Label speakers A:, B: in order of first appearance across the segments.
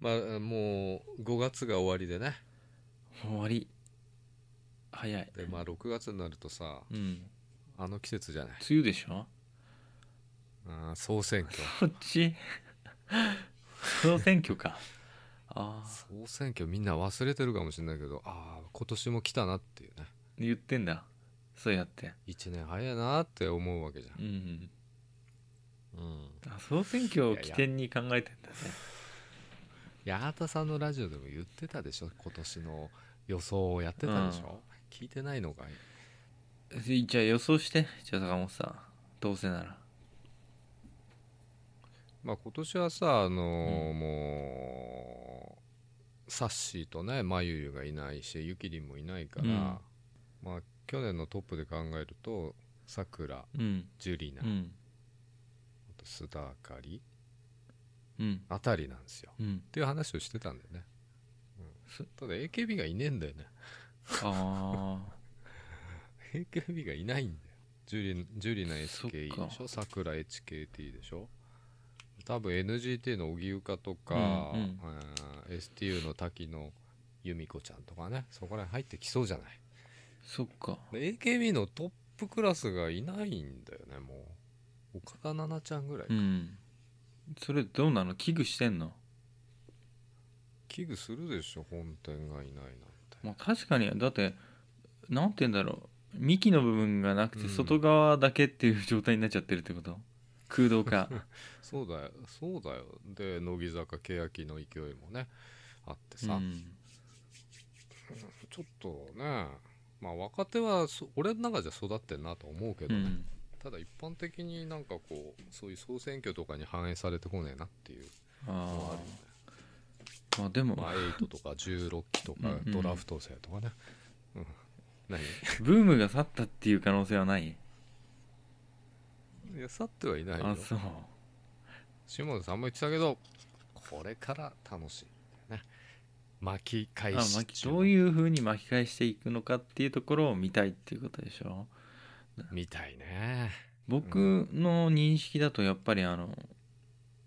A: まあもう5月が終わりでね
B: 終わり早い
A: でまあ6月になるとさ
B: うん
A: あの季節じゃない
B: 梅雨でしょ
A: あー総選挙
B: こっち総選挙か ああ
A: 総選挙みんな忘れてるかもしれないけどああ今年も来たなっていうね
B: 言ってんだそうやって
A: 1年早いなって思うわけじゃ
B: うんうん
A: ん、うん、
B: あ総選挙を起点に考えてんだね
A: 八幡さんのラジオでも言ってたでしょ今年の予想をやってたでしょ、聞いてないのかい
B: じゃあ予想してじゃあ坂本さんどうせなら
A: まあ今年はさあのーもうサッシーとねまゆゆがいないしゆきりんもいないから、
B: うん
A: まあ去年のトップで考えるとさくら
B: うん
A: ジュリナ、
B: う
A: あ
B: ん
A: と須田あかり
B: うん
A: あたりなんですよ
B: うん
A: っていう話をしてたんだよね、う
B: す
A: ん、ただ AKB がいねえんだよね
B: ああ
A: AKB がいないんだよジュリジュリナ SKE でし
B: そ
A: ょさくら HKT でしょ多分 NGT の荻生かとか、
B: うんうん
A: あー STU の滝野由美子ちゃんとかねそこら辺入ってきそうじゃない
B: そっか
A: で AKB のトップクラスがいないんだよねもう岡田奈々ちゃんぐらい、
B: うんそれどうなの危惧してんの
A: 危惧するでしょ本店がいないなんて
B: まあ確かにだってなんて言うんだろう幹の部分がなく
A: う
B: て
A: ん
B: 外側だけっていう状態になっちゃってるってこと、空洞 化
A: そうだよそうだよで乃木坂欅の勢いもねあってさ、
B: うん
A: ちょっとねまあ若手はそ俺の中じゃ育ってんなと思うけ
B: う
A: どね、
B: ん
A: ただ一般的になんかこうそういう総選挙とかに反映されてこねえなっていうのは
B: あ
A: あるよね
B: あまあでも
A: まあ8とか16期とか
B: うんうん
A: ドラフト生とかね、うん何
B: ブームが去ったっていう可能性はない
A: いや去ってはいないよ
B: あそう
A: 下田さんも言ってたけどこれから楽しいんだよね巻き返
B: あ
A: し
B: 巻き
A: 中
B: どういうふうに巻き返していくのかっていうところを見たいっていうことでしょ
A: みたいね
B: 僕の認識だとやっぱりあの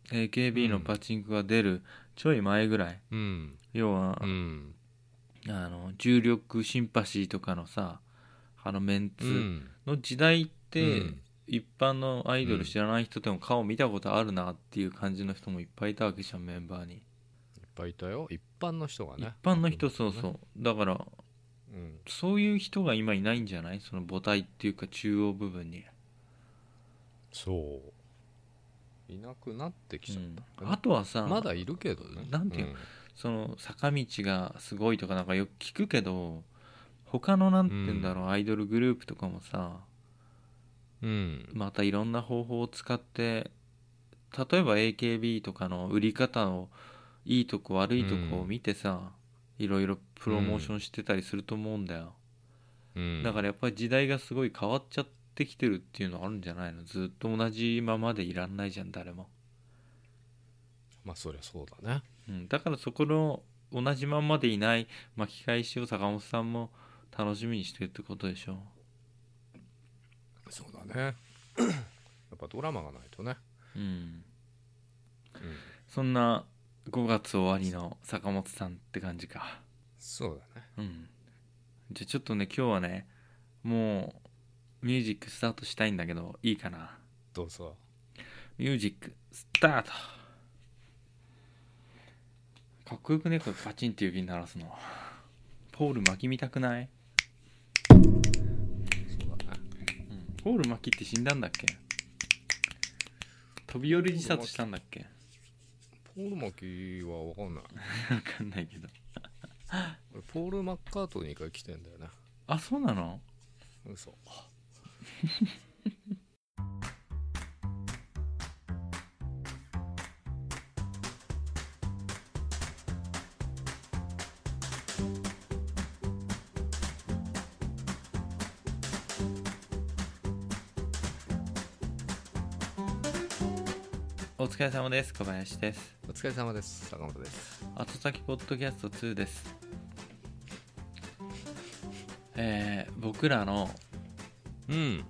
B: AKB のパチンコが出るちょい前ぐらい、
A: うん
B: 要は
A: うん
B: あの重力シンパシーとかのさあのメン
A: う
B: ツ
A: ん
B: の時代って、
A: うん
B: 一般のアイドル知らない人でも顔見たことあるなっていう感じの人もいっぱいいたわけじゃんメンバーに、
A: いっぱいいたよ一般の人が
B: 一
A: ね
B: 般の人そうそうだから
A: う、うん、
B: そういう人が今いないんじゃないその母体っていうか中央部分に、
A: そういなくなってきちゃっ
B: うんあとはさ
A: た、まだいるけどね
B: なんていう
A: う
B: その坂道がすごいとかなんかよく聞くけど他のなんて言うんだろう、アイドルグループとかもさ
A: うん
B: またいろんな方法を使って例えば AKB とかの売り方をいいとこ悪いとこを見てさ、いろいろプロモーションしてたりすると思うんだよ、
A: うん
B: だからやっぱり時代がすごい変わっちゃってきてるっていうのはあるんじゃないのずっと同じままでいらんないじゃん誰も、
A: まあそりゃそうだね
B: うん、だからそこの同じまんまでいない巻き返しを坂本さんも楽しみにしてるってことでしょ
A: そうだね やっぱドラマがないとね、
B: うん
A: うん、
B: そんな5月終わりの坂本さんって感じか
A: そうだね
B: うんじゃあちょっとね今日はねもうミュージックスタートしたいんだけどいいかな
A: どうぞ
B: ミュージックスタートかっこよくねこれパチンって指鳴らすのポール巻き見たくない、
A: そうだね
B: ポール巻きって死んだんだっけ飛び降り自殺したんだっけ
A: ポール・マキは分かんない
B: わかんないけど
A: 俺ポール・マッカートニーから来てんだよね
B: あそうなの
A: 嘘
B: お疲れ様です小林です
A: お疲れ様です坂本です
B: 後先ポッドキャスト2ですえー僕らの
A: うん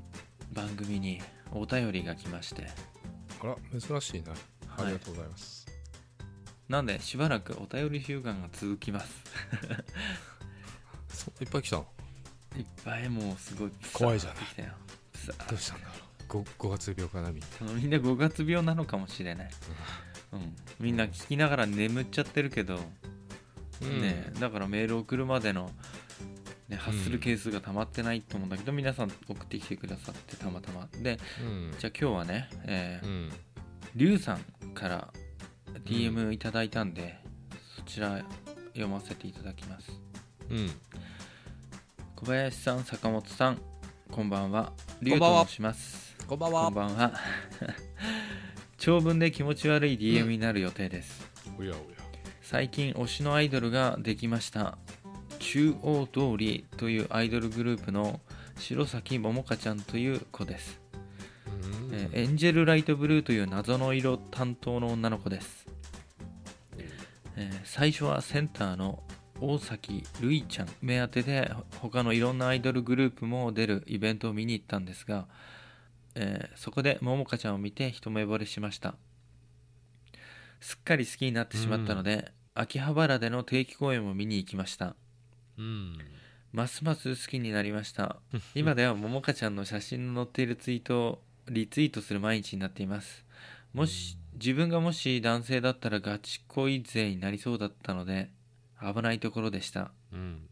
B: 番組にお便りが来まして
A: あら珍しいね
B: は
A: あ
B: い
A: りがとうございます、
B: なんでしばらくお便り週間が続きます
A: そいっぱい来たの
B: いっぱいもうすごい
A: 怖いじゃない
B: 来たよプサー
A: どうしたんだろう 5, 5月病かなみんな
B: そのみんな5月病なのかもしれない、うん、みんな聞きながら眠っちゃってるけど、
A: うん
B: ね、だからメール送るまでの、ね、発する係数が溜まってないと思うんだけど、皆さん送ってきてくださってたまたまで
A: うん
B: じゃあ今日はね、えー
A: うん
B: リュウさんから DM いただいたんで、そちら読ませていただきます
A: うん
B: 小林さん坂本さんこんばんはリュウ
A: こんばん
B: と
A: は
B: 申します
A: こんばん
B: こんば んは長文で気持ち悪い DM になる予定です、
A: おやおや
B: 最近推しのアイドルができました中央通りというアイドルグループの白崎桃香ちゃんという子です、
A: うん
B: えーエンジェルライトブルーという謎の色担当の女の子です、えー最初はセンターの大崎るいちゃん目当てで他のいろんなアイドルグループも出るイベントを見に行ったんですが、えーそこで桃香ちゃんを見て一目惚れしましたすっかり好きになってしまったので、秋葉原での定期公演も見に行きました
A: うん
B: ますます好きになりました今ではももかちゃんの写真の載っているツイートをリツイートする毎日になっていますもし自分がもし男性だったらガチ恋勢になりそうだったので危ないところでした
A: うん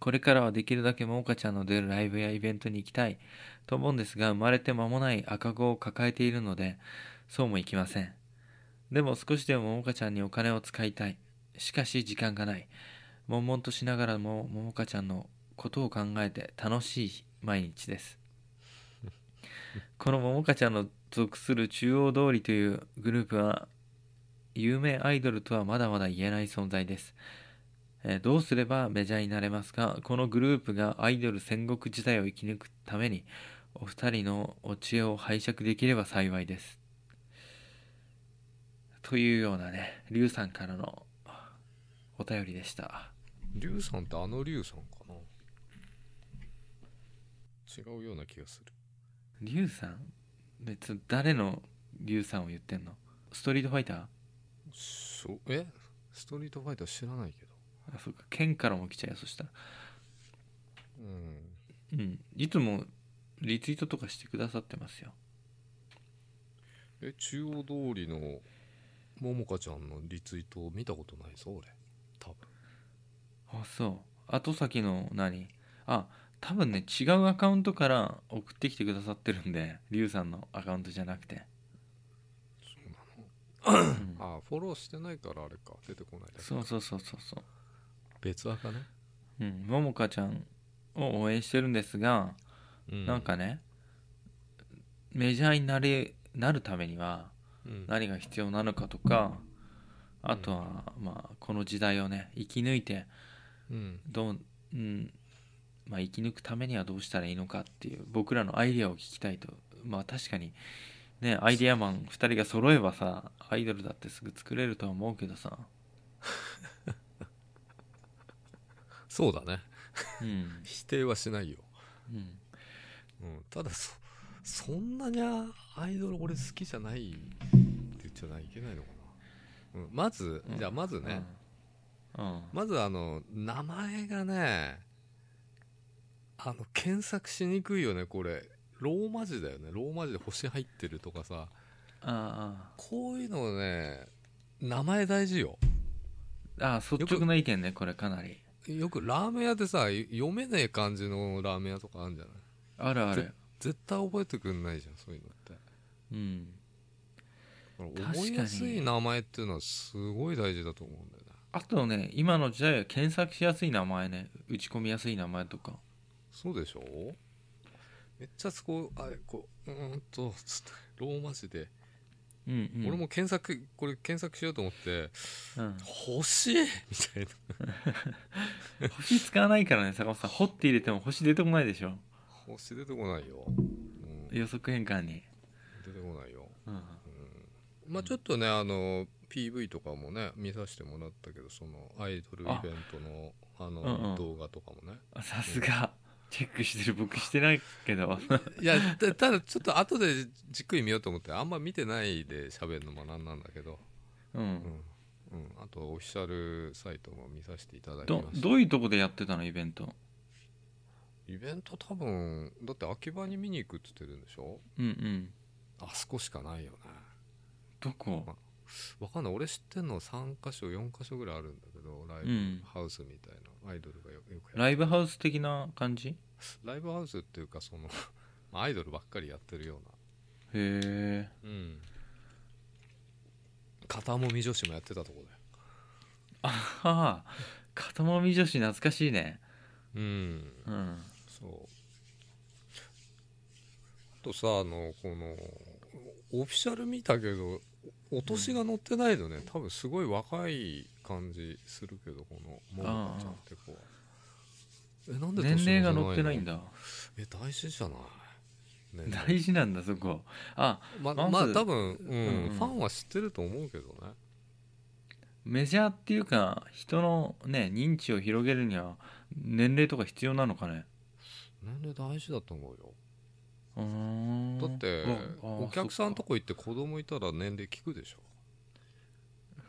B: これからはできるだけももかちゃんの出るライブやイベントに行きたいと思うんですが生まれて間もない赤子を抱えているのでそうもいきませんでも少しでもももかちゃんにお金を使いたいしかし時間がない悶々としながらもももかちゃんのことを考えて楽しい毎日です このももかちゃんの属する中央通りというグループは有名アイドルとはまだまだ言えない存在ですえーどうすればメジャーになれますかこのグループがアイドル戦国時代を生き抜くためにお二人のお知恵を拝借できれば幸いですというようなねリュウさんからのお便りでした
A: リュウさんってあのリュウさんかな違うような気がする
B: リュウさん別に誰のリュウさんを言ってんのストリートファイター
A: そうえストリートファイター知らないけど
B: あそっか剣からも来ちゃうよそしたら
A: うん
B: うんいつもリツイートとかしてくださってますよ
A: え中央通りのももかちゃんのリツイートを見たことないぞ俺多分
B: あそう後先の何あ多分ね違うアカウントから送ってきてくださってるんでリュウさんのアカウントじゃなくて、うん
A: ああフォローしてないからあれか出てこないだけ
B: そうそうそうそうそう
A: 別赤ね
B: うんももかちゃんを応援してるんですが、なんかねメジャーになれなるためには
A: うん
B: 何が必要なのかとかあとは、まあこの時代をね生き抜いて
A: うん
B: どう、うんまあ、生き抜くためにはどうしたらいいのかっていう僕らのアイデアを聞きたいとまあ確かにねアイデアマン2人が揃えばさアイドルだってすぐ作れるとは思うけどさ、
A: そうだね
B: うん
A: 否定はしないよ、
B: うん、
A: うん、ただそそんなにあアイドル俺好きじゃないって言っちゃないけないのかな、うん、まず、
B: うん
A: じゃあまずね、
B: うん、うん
A: まずあの名前がねあの検索しにくいよねこれローマ字だよねローマ字で星入ってるとかさ
B: あ
A: こういうのね名前大事よ
B: あああ率直な意見ねこれかなり
A: よくラーメン屋でさ読めねえ感じのラーメン屋とかあるんじゃない
B: あるある
A: 絶対覚えてくんないじゃんそういうのって
B: うん
A: だから覚えやすい名前っていうのはすごい大事だと思うんだよね
B: あとね今の時代は検索しやすい名前ね打ち込みやすい名前とか
A: そうでしょめっちゃそこあれこううーんとつってローマ字で、
B: うん、うん、
A: 俺も検索これ検索しようと思って
B: うん
A: 「欲しい!」みたいな
B: 星使わないからね坂本さん「ほ」って入れても星出てこないでしょ
A: 星出てこないよ、うん、出
B: 予測変換に、
A: てこないよ
B: うん、
A: まあちょっとねあの PV とかもね見させてもらったけどそのアイドルイベントのあの、
B: うんうん
A: 動画とかもね
B: さすがチェックしてる僕してないけど
A: いやたただちょっと後でじっくり見ようと思ってあんま見てないで喋るのもなんなんだけど、
B: う
A: うんんうん、あとオフィシャルサイトも見させていただきま
B: ど
A: した
B: どういうとこでやってたのイベント
A: イベント多分だって秋葉に見に行くっつってるんでしょ
B: うんうん
A: あそこしかないよね
B: どこ
A: わかんない俺知ってんの3箇所4箇所ぐらいあるんだけどライ
B: う
A: ブ
B: ん
A: ハウスみたいなアイドルがよよくやる
B: ライブハウス的な感じ
A: ライブハウスっていうかその まあアイドルばっかりやってるよ
B: へ
A: う
B: え
A: なうん片もみ女子もやってたとこだよ
B: あはは片もみ女子懐かしいね
A: うん
B: うん
A: そうあとさあのこのオフィシャル見たけどお年が乗ってないのね、多分すごい若い感じするけどこのももかちゃんって子はえなんで
B: 年齢が載ってないん
A: だ
B: だ
A: え大事じゃない年齢
B: 大事なんだそこあ
A: ま
B: まず
A: まあ多分、うん
B: うん
A: ファンは知ってると思うけどね
B: メジャーっていうか人のね認知を広げるには年齢とか必要なのかね
A: 年齢大事だと思うよ
B: うーん
A: だって
B: うんあー
A: お客さんとこ行って子供いたら年齢聞くでしょ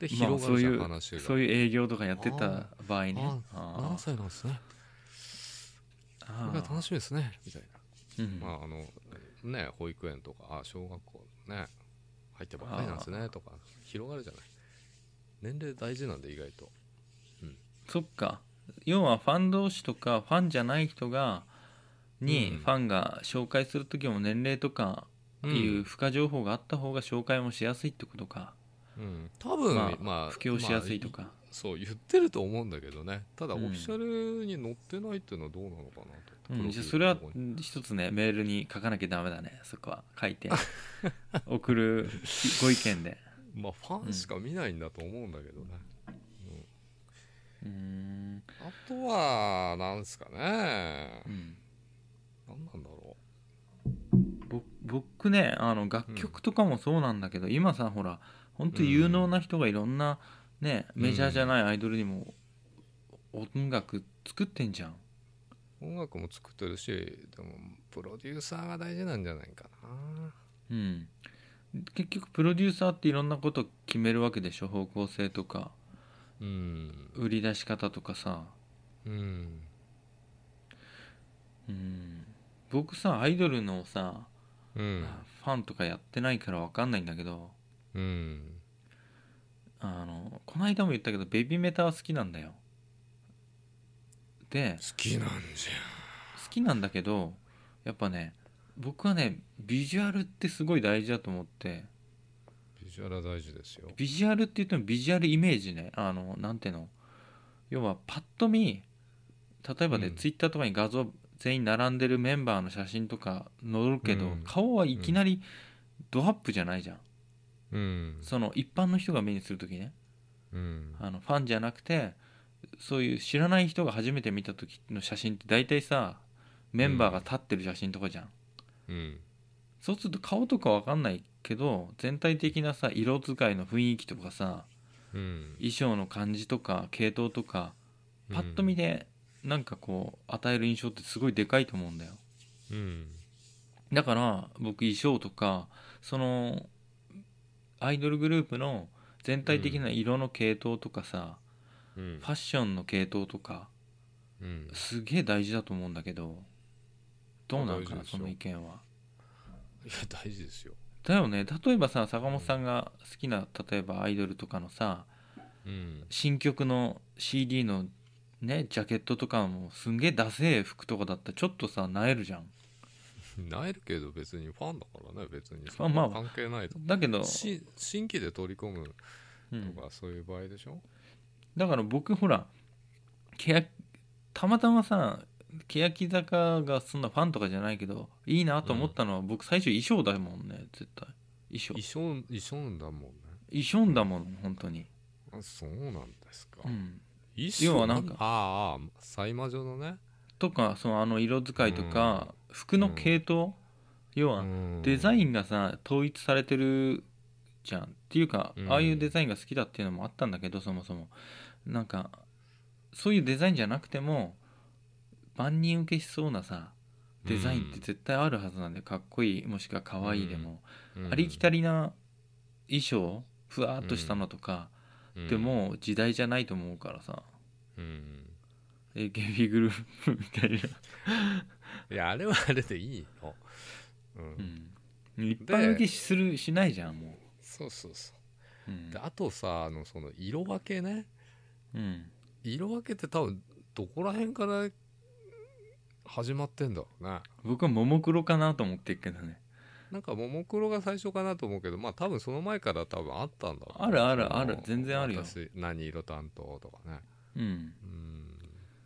A: で
B: まあ
A: 広がるじゃん、話
B: そ
A: が
B: ういうそういう営業とかやってた場合ね
A: あ
B: あ
A: 何歳なんですねこれが楽
B: あ
A: しみですねみたい
B: ーうん
A: な、まああのね保育園とかあ小学校ね入ってばっかりなんですねとか広がるじゃない年齢大事なんで意外と
B: そっか要はファン同士とかファンじゃない人がに
A: うん
B: ファンが紹介する時も年齢とか
A: うん
B: いう付加情報があった方が紹介もしやすいってことか、
A: うん多分
B: まあ
A: まあ
B: 布教しやすいとか、
A: まあそう言ってると思うんだけどねただオ
B: う
A: フ
B: ん
A: ィシャルに載ってないっていうのはどうなのかなと、
B: う
A: プ
B: ん、
A: ロ
B: じ
A: フィール
B: ゃあ
A: の
B: それは
A: とこに
B: うん一つねメールに書かなきゃダメだねそこは書 いて送るご意見で
A: まあファンしか見ないんだと思うんだけどね、うん
B: うーん
A: あとはなんすかね
B: うん
A: 何なんだろ
B: ぼ僕ねあの楽曲とかもそうなんだけど、今さほら本当に有能な人がいろんな、ね
A: うん
B: メジャーじゃないアイドルにも音楽作ってんじゃん
A: う音楽も作ってるしでもプロデューサーが大事なんじゃないかな
B: うん結局プロデューサーっていろんなこと決めるわけでしょ方向性とか
A: うん
B: 売り出し方とかさ
A: うん
B: うん僕さアイドルのさ、
A: うん
B: ファンとかやってないから分かんないんだけど
A: うん
B: あのこの間も言ったけどベビーメタは好きなんだよで
A: 好きなんじ
B: 好きなんだけどやっぱね僕はねビジュアルってすごい大事だと思って
A: ゃんビジュアルは大事ですよ
B: ビジュアルって言ってもビジュアルイメージねあのなんていうの要はパッと見例えばね、
A: うん
B: ツイッターとかに画像全員並んでるメンバーの写真とか載るけど、
A: うん
B: 顔はいきなりドアップじゃないじゃん、
A: うん
B: その一般の人が目にする時ね
A: うん
B: あのファンじゃなくてそういう知らない人が初めて見た時の写真って大体さメンバーが立ってる写真とかじゃん
A: うん
B: そうすると顔とかわかんないけど全体的なさ色使いの雰囲気とかさ
A: うん
B: 衣装の感じとか系統とかパッと見でなんかこう与える印象ってすごいでかいと思うんだよ
A: うん
B: だから僕衣装とかそのアイドルグループの全体的な色の系統とかさ、
A: うん
B: ファッションの系統とか
A: うん
B: すげえ大事だと思うんだけどどうなのか
A: 大事
B: な
A: ですよ
B: その意見はい
A: や大事ですよ
B: だよね例えばさ坂本さんが好きな例えばアイドルとかのさ
A: うん
B: 新曲の CD のねジャケットとかもすんげえダセえ服とかだったらちょっとさなえるじゃん
A: なえるけど別にファンだからね別に
B: まあまあ
A: 関係ないと
B: だけど、
A: し新規で取り込む
B: うん
A: とかそういう場合でしょ
B: だから僕ほらけやたまたまさ欅坂がそんなファンとかじゃないけどいいなと思ったのは、僕最初衣装だもんね絶対衣装
A: 衣装衣装だもんね
B: 衣装だもん本当に、
A: あそうなんですか、
B: うん、
A: 衣装
B: 要はなんか
A: ああああサイ魔女のね
B: とかそのあの色使いとか、服の系統、要はデザイ
A: ン
B: ンがさ統一されてるじゃんっていうか、
A: うん
B: ああいうデザインが好きだっていうのもあったんだけどそもそもなんかそういうデザインじゃなくても万人受けしそうなさデザインって絶対あるはずなんで、かっこいいもしくは可愛いでも、ありきた
A: り
B: りな衣装ふわーっとしたのとか、てもう時代じゃないと思うからさ、
A: うん、うん、
B: AKB グループみたいな、
A: いやあれはあれでいいの、うん
B: うん、一般受けするしないじゃんも
A: そうそうそう
B: う、うん
A: であとさあのその色分けね
B: うん、
A: 色分けって多分どこら辺から始まってんだろうね
B: 僕はももクロかなと思ってるけどね
A: なんかももクロが最初かなと思うけどまあ多分その前から多分あったんだろうね
B: あるある
A: その
B: ある全然あるよ
A: 私何色担当とかね
B: うん
A: うん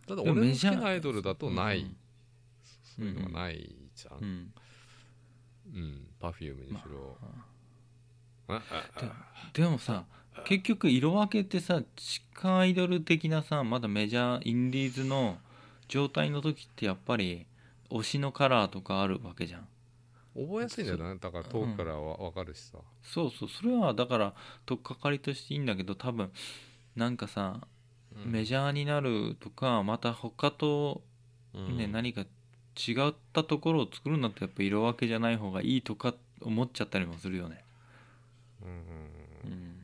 A: ただ
B: で
A: 俺
B: も
A: の
B: メ
A: 好
B: ジ
A: き
B: ャー
A: なアイドルだとない、
B: うん
A: そういうのがないじゃ
B: うんん
A: うん、パフュームにしろ、ああ
B: ででもさ結局色分けってさ地下アイドル的なさまだメジャーインディーズの状態の時ってやっぱり推しのカラーとかあるわけじゃん
A: 覚えやすいんだよねだから遠くからは分かるしさ、
B: そうそうそれはだから取っかかりとしていいんだけど多分なんかさ
A: うん
B: メジャーになるとかまた他と
A: うん
B: ね、何か違ったところを作るんだったらやっぱ色分けじゃない方がいいとか思っちゃったりもするよね
A: うんうん
B: う
A: うん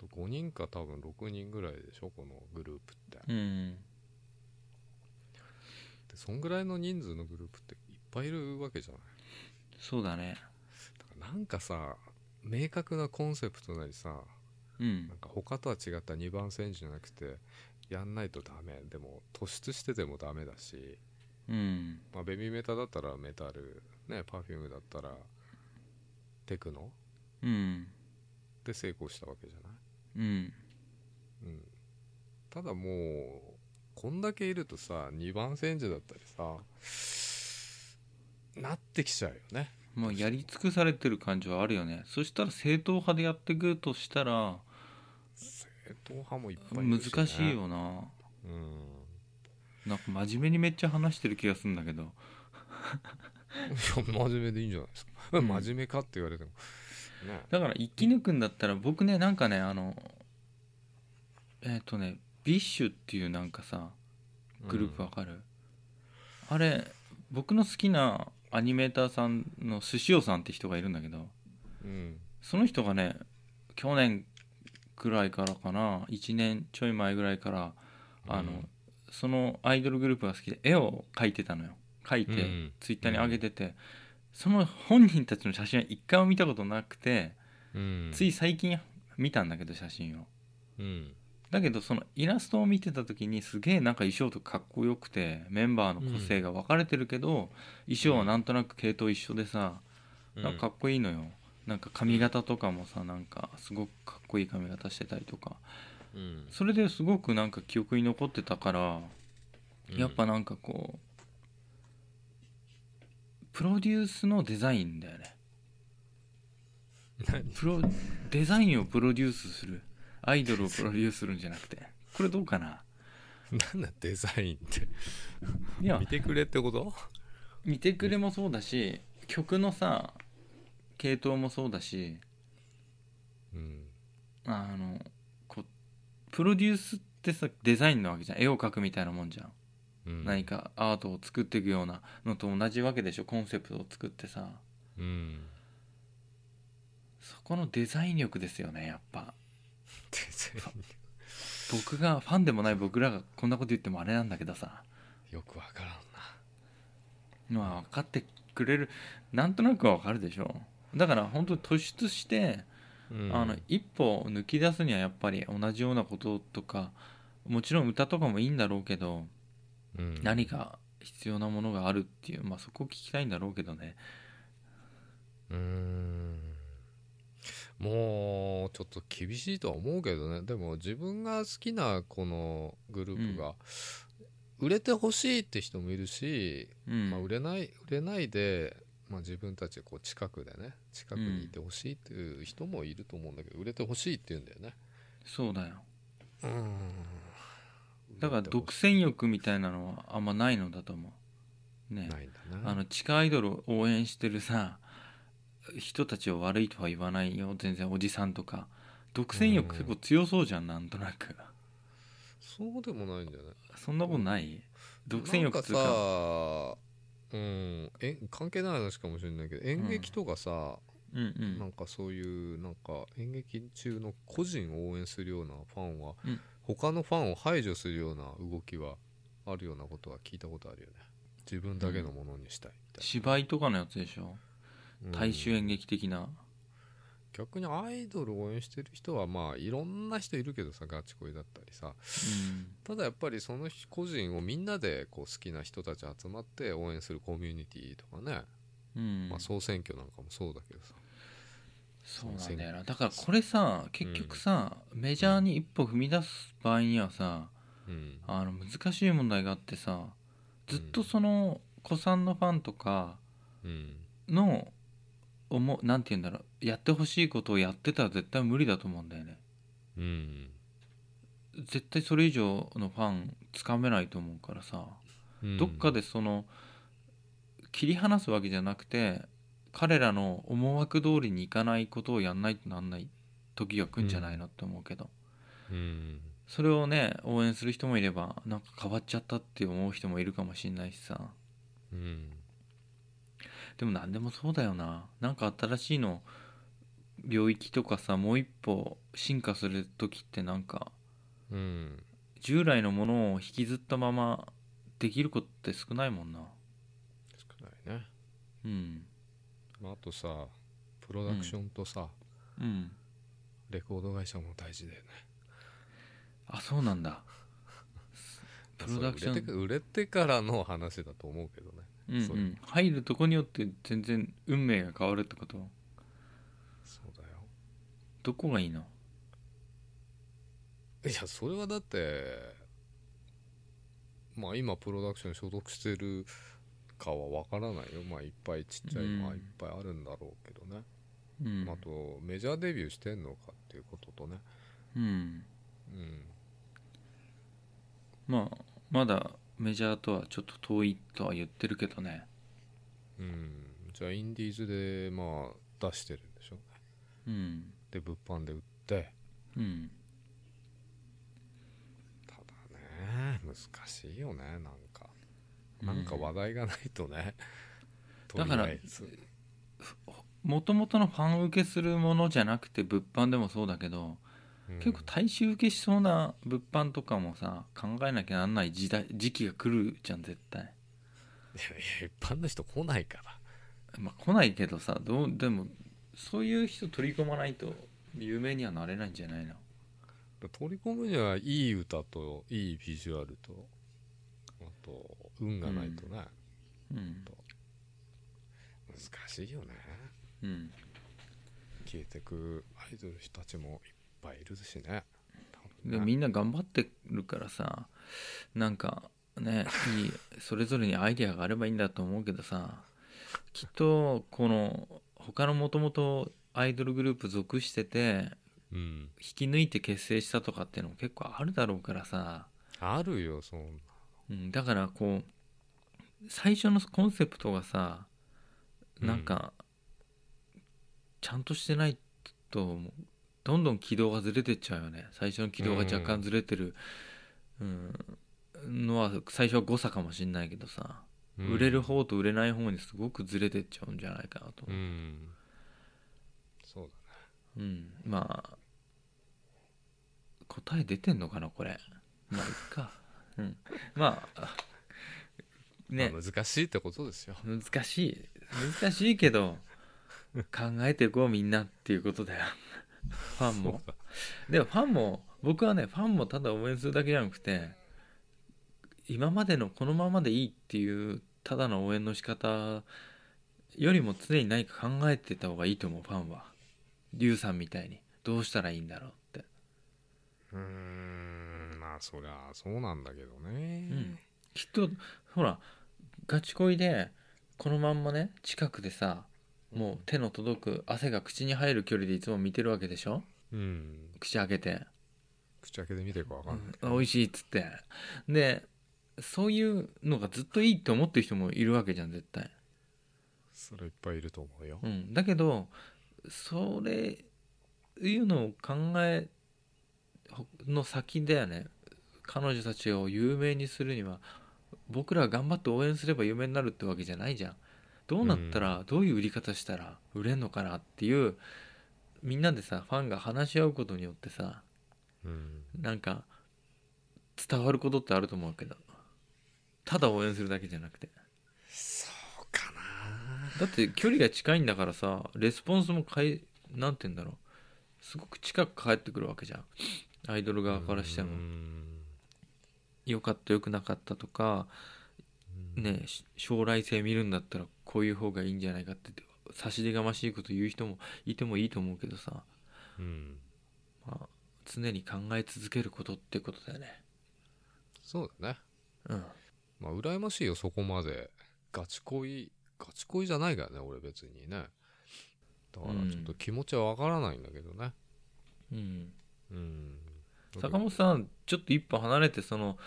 A: あ
B: ん、
A: と5人か多分6人ぐらいでしょこのグループって
B: うん、
A: でそんぐらいの人数のグループっていっぱいいるわけじゃない
B: そうだね
A: だからなんかさ明確なコンセプトなりさ
B: うん
A: なんか他とは違った2番線じゃなくてやんないとダメでも突出しててもダメだし、
B: うん
A: まあ、ベビーメタだったらメタルねパフュームだったらテクノ
B: うん
A: で成功したわけじゃない
B: うん
A: うん、ただもうこんだけいるとさ2番煎じだったりさなってきちゃうよね
B: もうやり尽くされてる感じはあるよねそしたら正統派でやっていくとしたら
A: 正統派もいっぱいい
B: 難
A: るし、ね、
B: しい、よな
A: うん、
B: なんか真面目にめっちゃ話してる気がするんだけど
A: いや真面目でいいんじゃないですか、
B: うん
A: 真面目かって言われてもね
B: だから生き抜くんだったら僕ねなんかねあのえっ、とねビッシュっていうなんかさグループわかる、あれ僕の好きなアニメーターさんの寿司おさんって人がいるんだけど
A: うん
B: その人がね去年くらいからかな1年ちょい前ぐらいからあの、
A: うん
B: そのアイドルグループが好きで絵を描いてたのよ描いて、
A: うん
B: ツイッターに上げてて、その本人たちの写真は一回も見たことなくて、
A: うん
B: つい最近見たんだけど写真を
A: うん
B: だけどそのイラストを見てた時にすげえなんか衣裝とかっこよくてメンバーの個性が分かれてるけど、衣装はなんとなく系統一緒でさ、なんかかっこいいのよなんか髪型とかもさなんかすごくかっこいい髪型してたりとか
A: うん
B: それですごくなんか記憶に残ってたから、
A: うん
B: やっぱなんかこうプロデュースのデザインだよね
A: 何
B: プロデザインをプロデュースするアイドルをプロデュースするんじゃなくてこれどうかな
A: 何だデザインって
B: いや
A: 見てくれってこと
B: 見てくれもそうだし曲のさ系統もそうだし
A: うん
B: あのこうプロデュースってさデザインなわけじゃん絵を描くみたいなもんじゃん、
A: うん
B: 何かアートを作っていくようなのと同じわけでしょコンセプトを作ってさ
A: うん
B: そこのデザイン力ですよねやっぱ
A: デザイン
B: 僕がファンでもない僕らがこんなこと言ってもあれなんだけどさ
A: よくわからんな
B: まあ分かってくれるなんとなくは分かるでしょだから本当に突出して
A: うん
B: あの一歩抜き出すにはやっぱり同じようなこととかもちろん歌とかもいいんだろうけど
A: うん
B: 何か必要なものがあるっていう、まあ、そこを聞きたいんだろうけどね
A: うーんもうちょっと厳しいとは思うけどねでも自分が好きなこのグループが売れてほしいって人もいるし、
B: うん、
A: まあ、売れない売れないで、まあ、自分たちこう近くでね近くにいてほしいっていう人もいると思うんだけど、売れてほしいって言うんだよね
B: そうだよ
A: うん
B: だから独占欲みたいなのはあんまないのだと思うね
A: ないんだな
B: あの地下アイドルを応援してるさ人たちを悪いとは言わないよ全然おじさんとか独占欲結構強そうじゃんなんとなく
A: そうでもないんじゃない
B: そんなことない独占欲
A: なん
B: つう
A: か
B: か
A: さうんえ関係ない話かもしれないけど演劇とかさ、
B: ううんう
A: なん
B: ん
A: かそういうなんか演劇中の個人を応援するようなファンは、
B: うん
A: 他のファンを排除するような動きはあるようなことは聞いたことあるよね自分だけのものにしたいみたい
B: 芝居とかのやつでしょ
A: な、うん
B: 大衆演劇的な
A: 逆にアイドルを応援してる人はまあいろんな人いるけどさガチ恋だったりさただやっぱりその人個人をみんなでこう好きな人たち集まって応援するコミュニティとかね、
B: うん、うん
A: まあ、総選挙なんかもそうだけどさ
B: そうなんだよなだからこれさ結局さ、メジャーに一歩踏み出す場合にはさ
A: うん
B: あの難しい問題があってさずっとその子さんのファンとか
A: うん
B: の思うなんて言うんだろうやってほしいことをやってたら絶対無理だと思うんだよね
A: うん
B: 絶対それ以上のファンつかめないと思うからさ、
A: うん
B: どっかでその切り離すわけじゃなくて彼らの思惑通りにいかないことをやんないとなんない時が来るんじゃないのって思うけど、
A: うん
B: それをね応援する人もいればなんか変わっちゃったって思う人もいるかもしれないしさ
A: うん
B: でも何でもそうだよななんか新しいの領域とかさもう一歩進化する時ってなんか
A: うん
B: 従来のものを引きずったままできることって少ないもんな
A: 少ないね、
B: うん
A: まあ、あとさプロダクションとさ、
B: うん
A: レコード会社も大事だよね
B: あそうなんだプロダクショ
A: まあそれ売れて
B: ン
A: 売れてからの話だと思うけどね
B: うん、う、
A: そういうん
B: 入るとこによって全然運命が変わるってこと
A: そうだよ
B: どこがいいの
A: いやそれはだってまあ今プロダクションに所属してるかはわからないよまあいっぱいちっちゃいのは
B: う
A: い
B: ん
A: っぱいあるんだろうけどね、
B: うん
A: まああとメジャーデビューしてんのかっていうこととね
B: うん
A: うん
B: まあまだメジャーとはちょっと遠いとは言ってるけどね
A: うんじゃあインディーズでまあ出してるんでしょ
B: うん
A: で物販で売って
B: うん
A: ただね難しいよねなんかなんか話題がないとね、
B: だから
A: とりあえず
B: もともとのファン受けするものじゃなくて物販でもそうだけど、
A: うん
B: 結構大衆受けしそうな物販とかもさ考えなきゃなんない時代時期が来るじゃん絶対
A: いやいや一般の人来ないから
B: まあ来ないけどさどうでもそういう人取り込まないと有名にはなれないんじゃないの
A: 取り込むにはいい歌といいビジュアルとあと運がないとね、
B: うん
A: 難しいよね
B: うん
A: 消えてくアイドルたちもいっぱいいるしね多
B: で
A: 分ね
B: みんな頑張ってるからさなんかねいいそれぞれにアイデアがあればいいんだと思うけどさきっとこの他のもともとアイドルグループ属してて
A: うん
B: 引き抜いて結成したとかっていうのも結構あるだろうからさ、
A: あるよそんな
B: うん、だからこう最初のコンセプトがさなんか、ちゃんとしてないとどんどん軌道がずれてっちゃうよね最初の軌道が若干ずれてる、うんのは最初は誤差かもしんないけどさ、
A: うん
B: 売れる方と売れない方にすごくずれてっちゃうんじゃないかなと、
A: うんそう
B: うんまあ答え出てんのかなこれまあいっか、うん、まあ
A: だね
B: ね
A: まあ難しいってことですよ
B: 難しい難しいけど考えていこうみんなっていうことだよファンも
A: そうだ
B: でもファンも僕はねファンもただ応援するだけじゃなくて今までのこのままでいいっていうただの応援の仕方よりも常に何か考えてた方がいいと思うファンはリュウさんみたいにどうしたらいいんだろうって
A: うーんまあそりゃそうなんだけどね、
B: うんきっとほらガチ恋でこのまんまね近くでさもう手の届く汗が口に入る距離でいつも見てるわけでしょ
A: うん、
B: 口開けて、
A: 口開けてみてるかわかんないけ
B: あ
A: ど、
B: 美味しいっつってでそういうのがずっといいって思ってる人もいるわけじゃん絶対、
A: それいっぱいいると思うよ
B: う、ん、だけどそれいうのを考えの先だよね彼女たちを有名にするには僕らが頑張って応援すれば有名になるってわけじゃないじゃんどうなったら、どういう売り方したら売れんのかなっていうみんなでさファンが話し合うことによってさ
A: うん
B: なんか伝わることってあると思うけどただ応援するだけじゃなくて
A: そうかな
B: だって距離が近いんだからさレスポンスもかいなんて言うんだろうすごく近く返ってくるわけじゃんアイドル側からして
A: う
B: も
A: ん
B: 良かった良くなかったとかねし将来性見るんだったらこういう方がいいんじゃないかって差し出がましいこと言う人もいてもいいと思うけどさ、
A: うん
B: まあ、常に考え続けることってことだよね
A: そうだね
B: うん
A: まあ羨ましいよそこまでガチ恋ガチ恋じゃないからね俺別にねだからちょっと気持ちはわからないんだけどね
B: うん
A: うん
B: 坂本さんちょっと一歩離れてその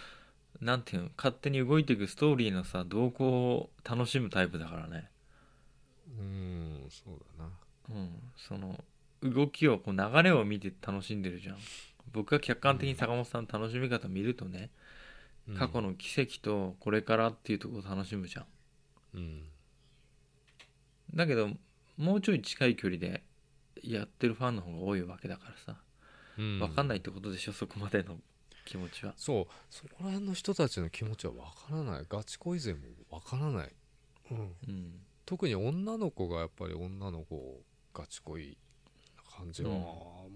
B: なんていうの勝手に動いていくストーリーのさ動向を楽しむタイプだからね
A: うんそうだな
B: うんその動きをこう流れを見て楽しんでるじゃん僕が客観的に坂本さんの楽しみ方見るとね、
A: うん
B: 過去の奇跡とこれからっていうところを楽しむじゃん
A: うん
B: だけどもうちょい近い距離でやってるファンの方が多いわけだからさ
A: うん
B: 分かんないってことでしょ、そこまでの気持ちは
A: そうそこら辺の人たちの気持ちはわからないガチ恋勢もわからない、うん、
B: うん
A: 特に女の子がやっぱり女の子をガチ恋な感じは、
B: うん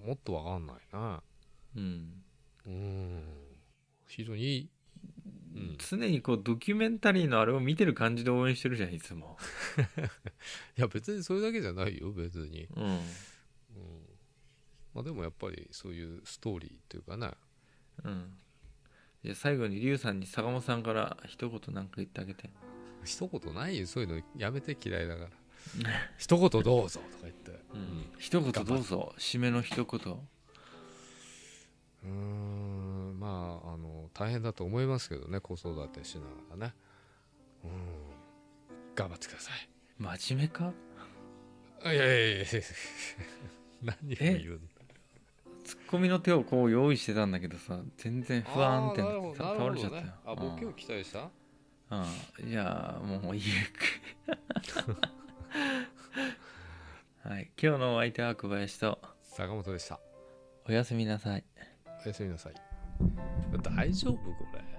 A: もっとわかんないな
B: うん
A: うん非常にいい、うん、
B: 常にこうドキュメンタリーのあれを見てる感じで応援してるじゃんいつも、
A: いや別にそれだけじゃないよ別に、
B: うん、
A: うんまあ、でもやっぱりそういうストーリーというかね
B: うんじゃあ最後にリュウさんに坂本さんから一言なんか言ってあげて
A: 一言ないよそういうのやめて嫌いだから一言どうぞとか言って
B: う
A: うんん
B: 一言どうぞ締めの一言
A: うーんまああの大変だと思いますけどね子育てしながらねうん頑張ってください
B: 真面目か
A: あいやいやいや何を言うの
B: ツッコミの手をこう用意してたんだけどさ全然不安定
A: あ
B: に
A: ーな
B: な
A: る
B: っ
A: ほ
B: て
A: ど
B: た
A: なる
B: 倒
A: ほ
B: れちゃ
A: ど
B: ったよ
A: ねあボケを期待した
B: うんじゃあもういい か はい今日のお相手は小林と
A: 坂本でした
B: おやすみなさい
A: おやすみなさい大丈夫これ